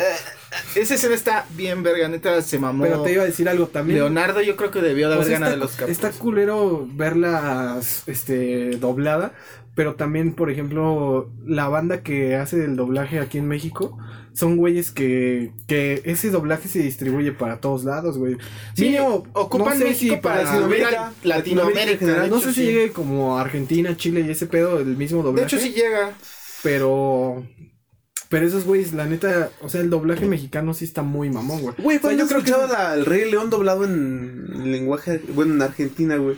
E: esa escena está bien verga, neta, se mamó.
D: Pero te iba a decir algo también.
E: Leonardo yo creo que debió de
D: O
E: haber
D: sea,
E: ganado
D: está,
E: el Oscar.
D: está
E: pues.
D: culero verla este, doblada, pero también, por ejemplo, la banda que hace el doblaje aquí en México son güeyes que, que ese doblaje se distribuye para todos lados, güey.
E: Sí,
D: Mínimo,
E: ocupan
D: no sé
E: México
D: si
E: para
D: para
E: subir
C: Latinoamérica,
E: a Latinoamérica.
C: en general,
E: de
D: no
E: hecho,
D: sé si
E: sí.
D: llegue como a Argentina, Chile y ese pedo, el mismo doblaje.
E: De hecho sí llega.
D: Pero. Pero esos güeyes, la neta, o sea, el doblaje mexicano sí está muy mamón, güey.
C: Güey,
D: O sea,
C: pues yo creo que
D: escuchaba
C: estaba el Rey León doblado en lenguaje, bueno, en Argentina, güey.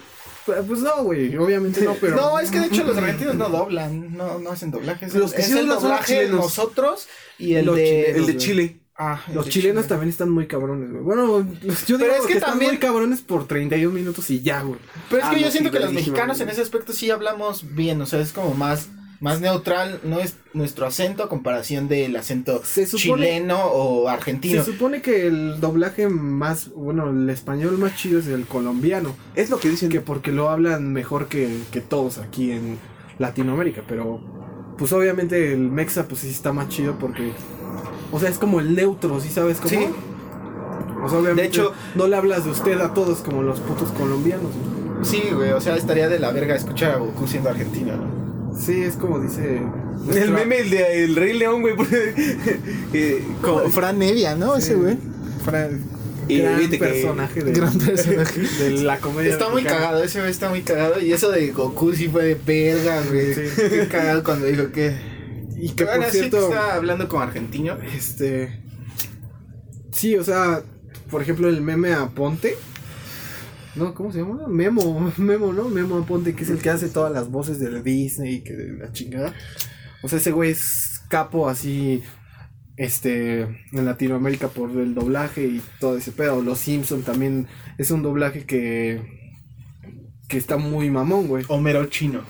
D: la- Pues no, güey, obviamente no, pero.
E: No, es que de hecho los argentinos no doblan, no, no hacen doblajes.
C: Los que
E: es
C: sí
E: el
C: doblan son los
E: doblaje de
C: chilenos.
E: nosotros y el
D: Los
E: de...
D: chilenos,
C: El de
D: güey.
C: Chile.
E: Ah, el
D: Los
E: de
D: chilenos
E: Chile.
D: también están muy cabrones, güey. Bueno, pues, yo digo
E: Pero
D: que,
E: es que
D: están
E: también-
D: muy cabrones por 32 minutos y ya, güey.
E: Pero es
C: Ah,
E: que yo
C: no, sí,
E: siento que los
C: verguísima,
E: mexicanos
C: güey.
E: en ese aspecto sí hablamos bien, o sea, es como más, más neutral, no es nuestro acento a comparación del acento
D: Se supone-
E: chileno o argentino.
D: Se supone que el doblaje más, bueno, el español más chido es el colombiano,
C: Es lo que dicen.
D: que porque lo hablan mejor que, que todos aquí en Latinoamérica, pero pues obviamente el mexa pues sí está más chido porque, o sea, es como el neutro, ¿sí sabes cómo?
E: Sí.
D: O sea, obviamente
E: De hecho-
D: no le hablas de usted a todos como los putos colombianos. güey.
E: Sí, güey, o sea, estaría de la verga escuchar a Goku siendo argentino, ¿no?
D: Sí, es como dice...
C: El
D: nuestra-
C: meme el de El Rey León, güey. porque, eh, ¿cómo es?
E: Fran Nevia, ¿no?
D: Ese güey. Fran-
C: Y
D: gran
C: viste que-
D: personaje de, de la comedia.
E: Está muy
D: mexicana.
E: cagado, ese güey está muy cagado. Y eso de Goku sí fue de verga, güey.
D: Sí.
E: Qué cagado cuando dijo que.
D: Y que
E: Bueno,
D: por
E: sí
D: cierto,
E: está hablando como argentino.
D: este sí, o sea, por ejemplo, el meme Aponte no, ¿cómo se llama? Memo, Memo, ¿no? Memo Aponte, que es el que hace todas las voces de Disney y que de la chingada. O sea, ese güey es capo así este en Latinoamérica por el doblaje y todo ese pedo. Los Simpson también es un doblaje que que está muy mamón, güey.
E: Homero chino.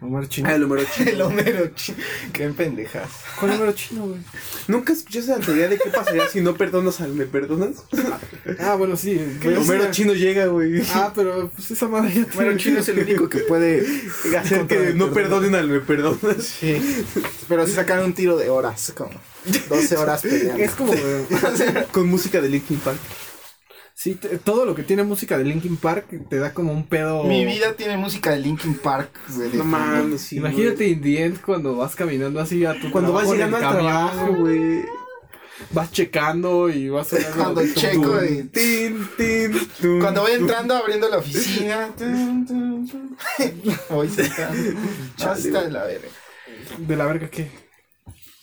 D: Omar Chino.
C: Ah, el número
E: El Homero chino. Qué pendejas.
D: ¿Cuál número chino, güey?
C: ¿Nunca escuchaste la teoría de qué pasaría si no perdonas al me perdonas?
D: Ah, bueno, sí.
C: El Homero chino llega, güey.
D: Ah, pero pues esa madre ya
E: Homero chino es el único que puede.
C: Hacer que no perdonen al me perdonas.
E: Sí. Pero se sacan un tiro de horas, como 12 horas peleando.
D: Es como... eh,
C: Este. Con música de Linkin Park.
D: sí, te- todo lo que tiene música de Linkin Park te da como un pedo...
E: Mi vida tiene música de Linkin Park, güey.
C: No mames, sí,
D: Imagínate
C: güey.
D: in the end cuando vas caminando así a tu
C: Cuando vas
D: trabajo en
C: llegando
D: el
C: al
D: camión,
C: trabajo, güey.
D: Vas checando y vas...
E: Cuando
D: tum,
E: checo
D: tum.
E: y-
C: Tin, tin, tun,
E: Cuando voy
C: tun.
E: entrando abriendo la oficina. tun, tun, tun. Voy sentando. Hasta la verga.
D: De la verga, ¿qué?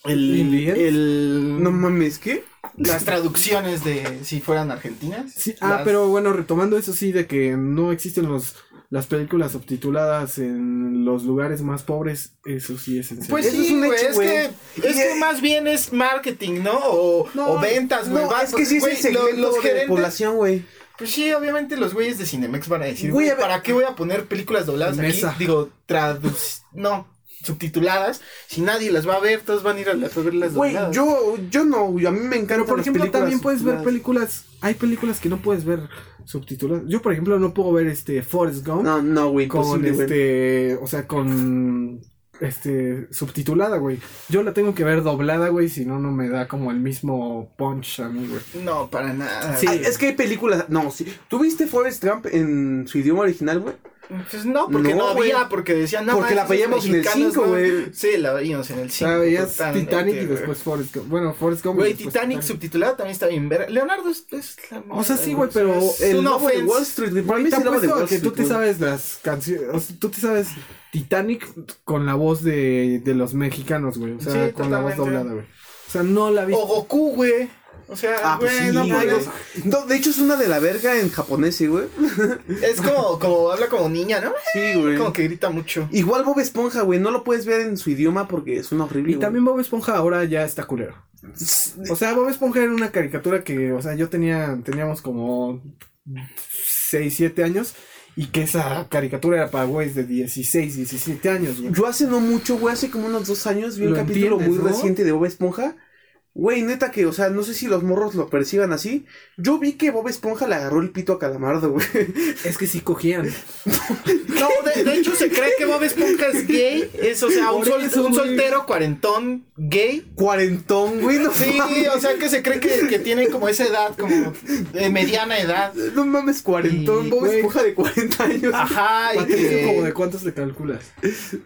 D: ¿In the
E: El,
D: end?
E: el-
C: No mames, ¿qué?
E: las traducciones de si fueran argentinas.
D: Sí, ah,
E: las-
D: pero bueno, retomando eso sí de que no existen los... Las películas subtituladas en los lugares más pobres, eso sí es en serio.
E: Pues
C: Eso es
E: sí,
C: un
E: güey,
C: hecho,
E: es,
C: güey. eh,
E: que, es que más bien es marketing, ¿no? O,
D: No,
E: o ventas, güey.
C: No,
E: va-
C: es que sí es
E: güey,
C: el segmento
E: los, los
C: de
E: gerentes-
C: población, güey.
E: Pues sí, obviamente los güeyes de Cinemex van a decir,
C: Güey,
E: güey,
C: a ver-
E: ¿para qué voy a poner películas dobladas
D: Mesa.
E: aquí? Digo, traduc... No, subtituladas. Si nadie las va a ver, todos van a ir a, las- a ver las
C: Güey,
E: dobladas.
C: yo, yo no, a mí me encanta.
D: Pero por ejemplo también puedes ver películas, hay películas que no puedes ver subtituladas. Yo por ejemplo no puedo ver este Forrest Gump
C: No, no, güey,
D: con
C: imposible, güey.
D: este, o sea, con este subtitulada, güey. Yo la tengo que ver doblada, güey, si no no me da como el mismo punch a mí, güey.
E: No, para nada. Ah,
D: Sí.
C: Ay, Ah, es que hay películas. No, sí. ¿Tú viste Forrest Gump en su idioma original, güey?
E: Pues no, porque
C: No,
E: no,
C: güey.
E: había, porque decían nada
C: Porque la veíamos en el cinco, güey.
E: Sí, la veíamos en el 5.
D: Ah, veías Titanic y después Forrest Gump. Bueno, Forrest Gump. y
E: Güey,
D: después
E: Titanic subtitulado también está bien. ver- Leonardo es, es la
D: O sea, sí,
E: mierda,
D: güey, pero
E: Es
D: el
E: una
C: lobo de
E: ofensa.
C: Wall Street, güey. Para mí
D: Güey,
C: es
D: te
C: el lobo de
D: apuesto
C: Wall
D: a que
C: Street.
D: tú te
C: güey.
D: sabes las canciones, o sea, tú te sabes Titanic con la voz de, de los mexicanos, güey, o sea,
E: Sí,
D: con la voz
E: totalmente.
D: doblada, güey. O sea, no la vi.
E: O Goku, güey. O sea,
C: Ah, pues
E: güey,
C: sí,
E: no
C: güey.
E: puedes.
C: No, de hecho es una de la verga en japonés, güey.
E: Es como, como habla como niña, ¿no?
C: Sí, güey.
E: Como que grita mucho.
C: Igual Bob Esponja, güey. No lo puedes ver en su idioma porque suena horrible.
D: y también Bob Esponja ahora ya está culero. O sea, Bob Esponja era una caricatura que, o sea, yo tenía, teníamos como 6, 7 años y que esa caricatura era para güeyes de 16, 17 años, güey.
C: Yo hace no mucho, güey, hace como unos dos años vi un
D: Lo
C: capítulo
D: entiendes,
C: muy
D: ¿no?
C: reciente de Bob Esponja Güey, neta que, o sea, no sé si los morros lo perciban así. Yo vi que Bob Esponja le agarró el pito a Calamardo, güey.
D: Es que sí cogían.
E: No, de, de hecho se cree que Bob Esponja es gay. Es, o sea, un,
D: Por
E: sol-
D: eso,
E: un
D: güey.
E: soltero cuarentón gay.
C: Cuarentón, güey, no
E: Sí,
C: mames.
E: o sea que se cree que, que tiene como esa edad, como de mediana edad.
C: No mames, cuarentón,
E: Y,
C: Bob
D: güey.
C: Esponja de 40 años.
E: Ajá, y
D: Patricio, ¿como
E: que
D: de cuántos le calculas?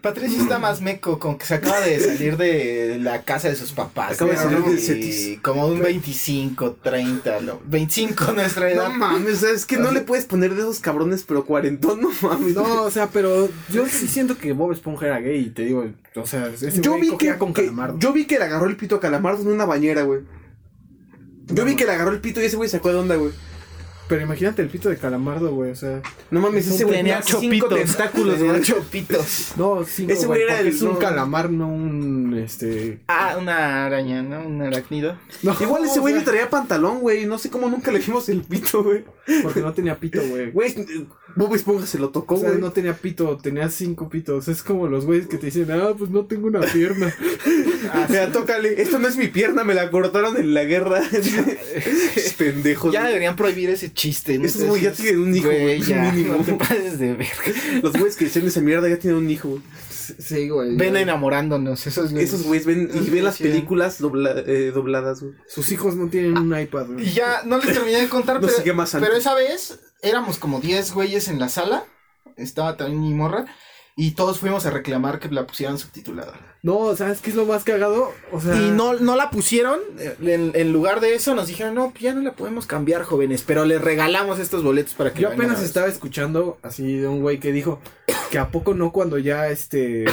E: Patricio está más meco, con que se acaba de salir de la casa de sus papás.
C: Acaba de
E: ¿no?
C: salir del
E: Y
C: Cetis.
E: Como un 25, 30, lo- 25 nuestra edad.
C: No mames, o sea, es que no le puedes poner de esos cabrones, pero cuarentón, no
D: Pues
C: mames.
D: No, o sea, pero yo sí siento que Bob Esponja era gay, te digo, o sea, ese
C: yo
D: güey
C: vi
D: cogía
C: que,
D: con
C: que-
D: Calamardo.
C: yo vi que le agarró el pito a Calamardo en una bañera, güey. Yo vi que le agarró el pito y ese güey sacó de onda, güey.
D: Pero imagínate el pito de Calamardo, güey, o sea,
C: No mames,
E: Tú
C: ese güey
E: tenías
C: tenía cinco
E: pitos.
C: tentáculos,
E: Tenía
C: güey.
E: ocho pitos.
D: no, cinco,
C: Ese güey era
D: porque
C: el-
D: es un
C: no.
D: calamar, no un este
E: Ah, una araña, ¿no? Un arácnido.
D: no,
C: Igual ese
D: o
C: güey
D: sea,
C: ni traía pantalón, güey. No sé cómo nunca le vimos el pito, güey.
D: porque no tenía pito, güey.
C: Güey, Bob Esponja se lo tocó,
D: O sea,
C: güey.
D: no tenía pito, tenía cinco pitos. Es como los güeyes que te dicen, ah, pues no tengo una pierna.
E: Ah,
C: Mira, tócale. Esto no es mi pierna, me la cortaron en la guerra. Pendejos.
E: Ya
C: güey.
E: deberían prohibir ese chiste. ¿no?
C: Esos güeyes ya tienen un hijo, güey,
E: ya,
C: mínimo.
E: no te pases de verga.
C: Los güeyes que hicieron esa mierda ya tienen un hijo, güey.
D: sí, güey.
E: Ven enamorándonos, esos güeyes.
C: Esos güeyes ven y ven las
E: Sí, sí.
C: películas dobla- eh, dobladas, güey.
D: Sus hijos no tienen un iPad,
E: Y
D: güey.
E: ya, no les terminé de contar,
C: No
E: pero,
C: sigue más alto.
E: pero esa vez éramos como 10 güeyes en la sala. Estaba también mi morra. Y todos fuimos a reclamar que la pusieran subtitulada.
D: No, ¿sabes qué es lo más cagado? O sea,
E: Y no, no la pusieron. eh, En, en lugar de eso nos dijeron, no, pues ya no la podemos cambiar, jóvenes. Pero les regalamos estos boletos para que
D: yo
E: vayan a
D: apenas
E: ver".
D: estaba escuchando así de un güey que dijo que a poco no cuando ya este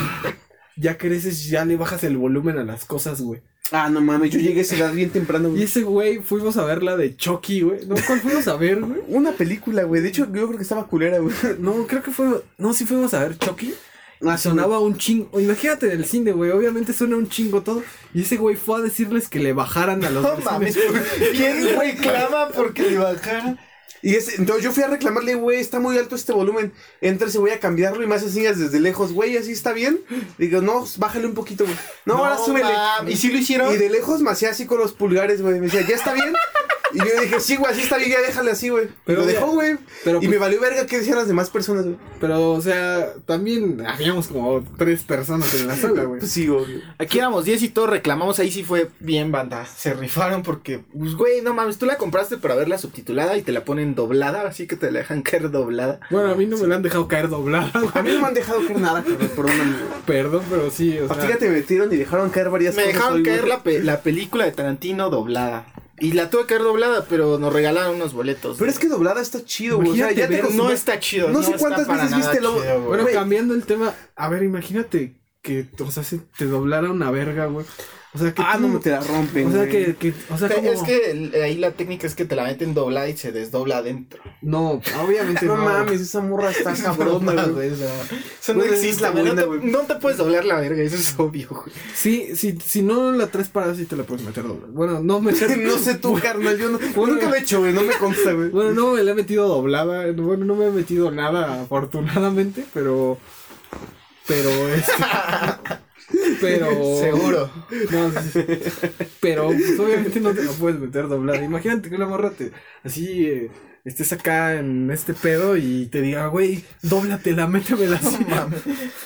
D: ya creces ya le bajas el volumen a las cosas, güey.
C: Ah, no mames, yo llegué a esa edad bien temprano,
D: Y
C: güey.
D: ese güey fuimos a ver la de Chucky, güey. No, ¿cuál fuimos a ver, güey?
C: Una película, güey. De hecho, yo creo que estaba culera, güey.
D: No, creo que fue no, sí fuimos a ver Chucky.
C: Ah, sí,
D: sonaba un chingo. Imagínate en el cine, güey. Obviamente suena un chingo todo. Y ese güey fue a decirles que le bajaran a los.
E: No
D: del cine.
E: mames, ¿quién reclama porque le bajaron?
C: Y ese- entonces yo fui a reclamarle, güey, está muy alto este volumen. Entra ese güey a cambiarlo y me hace señas desde lejos, güey, así está bien. Digo, no, bájale un poquito, güey. No, ahora súbele.
E: mam, ¿Y si lo hicieron?
C: Y de lejos me hacía así con los pulgares, güey. Me decía, ¿ya está bien? Y yo dije, sí, güey, así está bien, ya déjale así, güey.
D: Pero
C: Pero lo
D: mira,
C: dejó, güey.
D: pero
C: y
D: pues-
C: me valió verga qué decían las demás personas, güey.
D: Pero, o sea, también habíamos como tres personas en la sala, güey.
C: Pues sí, obvio.
E: Aquí éramos 10 y todos reclamamos, ahí sí fue bien banda. Se rifaron porque, pues, güey, no mames, tú la compraste para verla subtitulada y te la ponen doblada, así que te la dejan caer doblada.
D: Bueno, a mí no me la han dejado caer doblada, güey.
C: A mí no me han dejado caer nada, cabrón, perdóname. güey.
D: Perdón, pero sí, o
C: A
D: sea.
C: ti ya te metieron y dejaron caer varias
E: Me
C: cosas.
E: dejaron
C: hoy, güey.
E: caer la, pe- la película de Tarantino doblada. Y la tuve que ver doblada, pero nos regalaron unos boletos.
C: Pero es que doblada está chido, güey. O sea,
D: Imagínate
C: ya te
D: ver-
E: Pero no
C: acostumbras-
E: está chido.
C: No sé
E: está
C: cuántas
E: para
C: veces
E: nada
C: viste lo-
E: chido, güey.
D: Bueno,
C: güey.
D: cambiando el tema. A ver, imagínate que, o sea, se te doblara una verga, güey. O sea, que.
C: Ah,
D: tú-
C: no, te la rompen,
D: O sea,
C: güey.
D: que. que- o sea,
E: Te-
D: como...
E: Es que el- ahí la técnica es que te la meten doblada y se desdobla adentro.
D: No, obviamente no.
C: No mames, esa morra está
E: Broma,
C: cabrona, güey.
E: güey, o sea, Eso no
C: Güey,
E: existe,
C: está
E: güey. No,
C: buena,
E: te-
C: güey.
E: no te puedes doblar la verga, eso es obvio, güey.
D: Sí, si, si no la tres paradas, sí te la puedes meter doblada. Bueno, no meter.
C: No sé tú, carnal, yo no- yo
D: Bueno.
C: nunca lo he hecho, güey, no me consta, güey.
D: Bueno, no me la he metido doblada. eh, Bueno, no me he metido nada, afortunadamente, pero. Pero este. Pero.
E: Seguro.
D: No, sí, sí. Pero, pues, obviamente no te la puedes meter doblada. Imagínate que una morra te. Así. eh, estés acá en este pedo y te diga, güey, dóblatela, métemela así.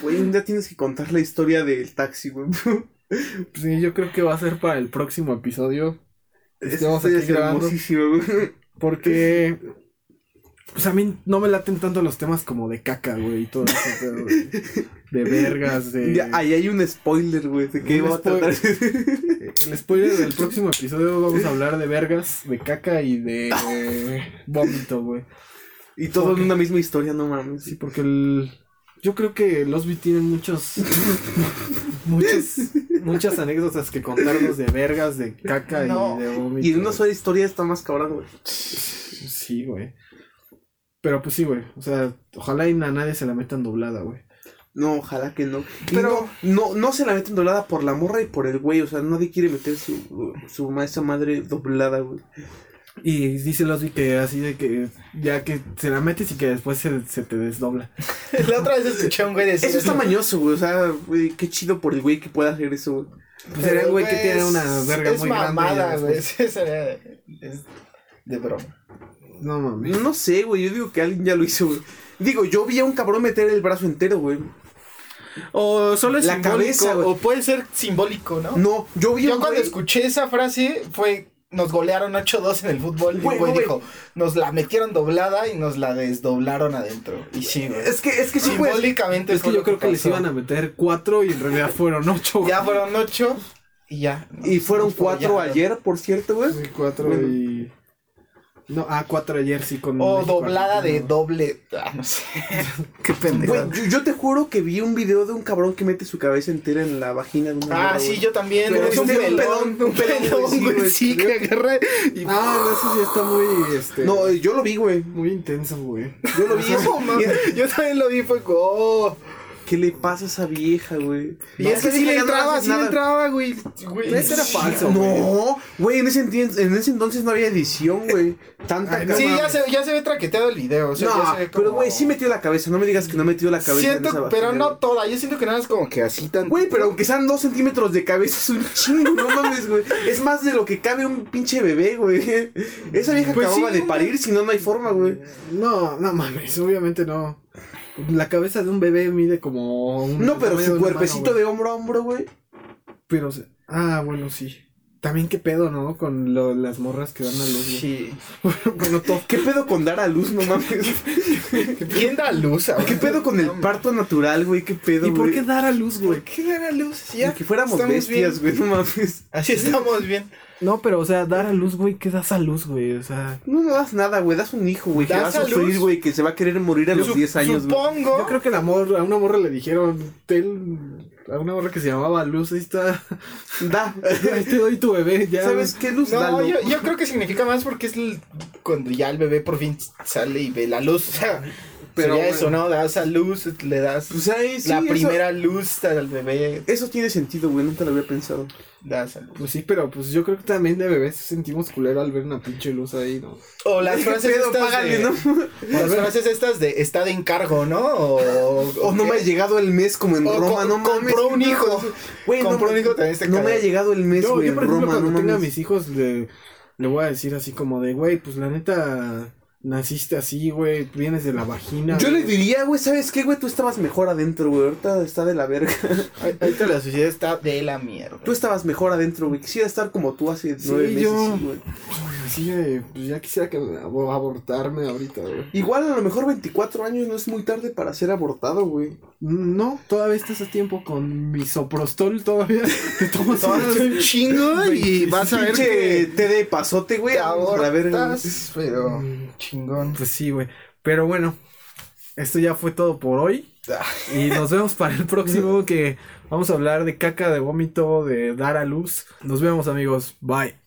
C: Güey, un día tienes que contar la historia del taxi, güey.
D: Sí, yo creo que va a ser para el próximo episodio. Estamos
C: Esa historia
D: aquí grabando.
C: hermosísima, güey.
D: Porque. Pues a mí no me laten tanto los temas como de caca, güey, y todo eso, pero, güey, De vergas, de.
C: Ya, ahí hay un spoiler, güey, de qué
D: Un
C: va a tratar.
D: El spoiler del próximo episodio vamos a hablar de vergas, de caca y de. eh, vómito, güey.
C: Y todo
D: Ok.
C: en una misma historia, no mames.
D: Sí, porque el. Yo creo que los vi tienen muchos. muchos. Muchas anécdotas que contarnos de vergas, de caca
E: No.
D: y de vómito.
C: Y en una
D: güey.
C: sola historia está más cabrón, güey.
D: Sí, güey. Pero pues sí, güey. O sea, ojalá y a nadie se la metan doblada, güey.
C: No, ojalá que no.
E: Pero-
C: Pero no, no, no se la meten doblada por la morra y por el güey. O sea, nadie quiere meter su, su ma- esa madre doblada, güey.
D: Y dice Losby que así de que ya que se la metes y que después se, se te desdobla.
E: La otra vez escuché a un güey decir
C: Eso está mañoso, güey. O sea, güey, qué chido por el güey que pueda hacer eso, güey.
D: Pues sería
E: Pero,
D: un güey que tiene
E: es-
D: una verga
E: es
D: muy
E: mamada,
D: grande.
E: güey. Sí, sería- es de broma.
D: No mames.
C: No sé, güey. Yo digo que alguien ya lo hizo, güey. Digo, yo vi a un cabrón meter el brazo entero, güey.
E: O solo
C: es
E: es
C: simbólico,
E: o puede ser simbólico, ¿no?
C: No, yo vi a
E: Yo
C: un
E: cuando
C: güey-
E: escuché esa frase fue nos golearon 8-2 en el fútbol y
C: Güey,
E: el güey
C: güey.
E: dijo, nos la metieron doblada y nos la desdoblaron adentro. Y sí, güey.
C: Es que, es que sí, güey.
E: Simbólicamente
D: Es que
E: fue
D: yo
E: lo
D: creo que les
E: pasó.
D: iban a meter cuatro y en realidad fueron ocho. güey.
E: Ya fueron 8 y pues, ya.
C: Y fueron
E: Nos
C: cuatro
E: follaron.
C: ayer, por cierto, güey.
D: Sí, cuatro y. No, ah, cuatro ayer sí con.
E: O
D: México,
E: doblada de
D: Argentina.
E: doble. Ah, no sé. Qué
C: Güey,
E: pendejo.
C: yo, yo te juro que vi un video de un cabrón que mete su cabeza entera en la vagina de una
E: Ah,
C: morra,
E: sí,
C: güey.
E: yo también.
C: Pero
E: es un
C: este, un
E: pelón,
C: pelón,
E: un pelón, güey. Sí, que agarra. Y...
D: Ah, no, eso sí está muy. Este,
C: No, eh, yo lo vi, güey.
D: muy intenso, güey.
C: Yo lo vi.
E: No, mames, yo también lo vi, fue como, oh.
C: ¿Qué le pasa a esa vieja, güey?
E: Y
C: No,
E: es que
C: esa
E: sí
C: vieja
E: le
C: no
E: entraba,
C: hace
E: sí le
C: nada.
E: entraba, güey. Güey,
D: Ese era falso,
C: No, güey, en ese, entien- en ese entonces no había edición, güey. Tanta
E: Ay,
C: cama.
E: Sí, ya se, ya se ve traqueteado el video. O sea, ya
C: No,
E: se ve como-
C: pero güey, sí metió la cabeza. No me digas que no metió la cabeza. en
E: Siento,
C: esa
E: pero
C: vagina,
E: no toda. Yo siento que nada es como que así tan.
C: Güey, pero aunque sean dos centímetros de cabeza, es un chingo, no mames, güey. Es más de lo que cabe un pinche bebé, güey. Esa vieja
E: Pues
C: acababa
E: sí,
C: de
E: güey.
C: parir, si no, no hay forma, güey.
D: No, no mames, obviamente no. La cabeza de un bebé mide como. un-
C: No,
D: el
C: pero
D: tamaño
C: su
D: una mano,
C: cuerpecito
D: güey.
C: de hombro a hombro, güey.
D: Pero, se- ah, bueno, sí. También qué pedo, ¿no? Con lo- las morras que dan a luz. güey.
E: Sí.
C: Bueno, to- ¿qué pedo con dar a luz, no mames?
E: ¿Quién da luz ahora?
C: ¿Qué pedo con el parto natural, güey? ¿Qué pedo,
D: ¿Y por qué
C: güey?
D: dar a luz, güey?
E: ¿Qué da luz? Si ya
C: Ni que fuéramos
E: estamos
C: bestias,
E: bien.
C: güey, no mames.
E: Así estamos bien.
D: No, pero, o sea, dar a luz, güey, ¿qué das a luz, güey? O sea.
C: No, no das nada, güey. Das un hijo, güey, que
E: ¿Das
C: va a
E: a
C: sufrir,
E: luz?
C: güey, que se va a querer morir a los
E: Sup-
C: 10 años, güey.
E: Supongo.
D: Yo creo que la morra, a una morra le dijeron, "Ten- a una morra que se llamaba Luz, ahí está,
C: Da.
D: ahí te doy tu bebé, ya.
C: ¿Sabes qué luz da?
E: No,
C: loco?
E: yo, yo creo que significa más porque es el- cuando ya el bebé por fin sale y ve la luz. O sea,
C: Pero
E: sería
C: bueno.
E: eso, ¿no? Das a luz, le das
C: Pues ahí sí,
E: la
C: eso-
E: primera luz al bebé.
C: Eso tiene sentido, güey. Nunca lo había pensado.
E: Das a luz.
D: Pues sí, pero pues yo creo que también de bebés sentimos culero al ver una pinche luz ahí, ¿no?
E: O las frases
C: pedo?
E: estas
C: Págale,
E: de,
C: ¿no?
E: o las frases estas de está de encargo, ¿no? O,
C: O no me ha llegado el mes como en
E: o
C: Roma,
E: co-
C: no mames.
E: compró un hijo.
C: Güey, no
E: compró un
C: mames,
E: hijo también está
C: No me ha
E: cagado.
C: llegado el mes,
D: Yo,
C: güey,
D: yo,
C: en
D: por ejemplo,
C: Roma, no
D: cuando tenga a
C: mames.
D: mis hijos, le, le voy a decir así como de, güey, pues la neta, naciste así, güey, vienes de la vagina.
C: Yo le
D: güey".
C: diría, güey, ¿sabes qué, güey? Tú estabas mejor adentro, güey. Ahorita está de la verga.
E: Ahí- Ahorita la sociedad está de la mierda.
C: Tú estabas mejor adentro, güey. Quisiera estar como tú hace
D: Sí,
C: nueve meses,
D: yo-
C: güey.
D: Así de, pues ya quisiera que me abo- abortarme ahorita, güey.
C: Igual a lo mejor 24 años no es muy tarde para ser abortado, güey.
D: No, todavía estás a tiempo con mi soprostol, todavía te tomas
E: Todo es
D: unas-
E: un chingo y vas a ver
C: Pinche
E: que
C: té de pasote, güey.
E: te
C: a la verga, güey.
E: abortas, pero chingón.
D: Pues sí, güey. Pero bueno, esto ya fue todo por hoy. Y nos vemos para el próximo que vamos a hablar de caca, de vómito, de dar a luz. Nos vemos amigos. Bye.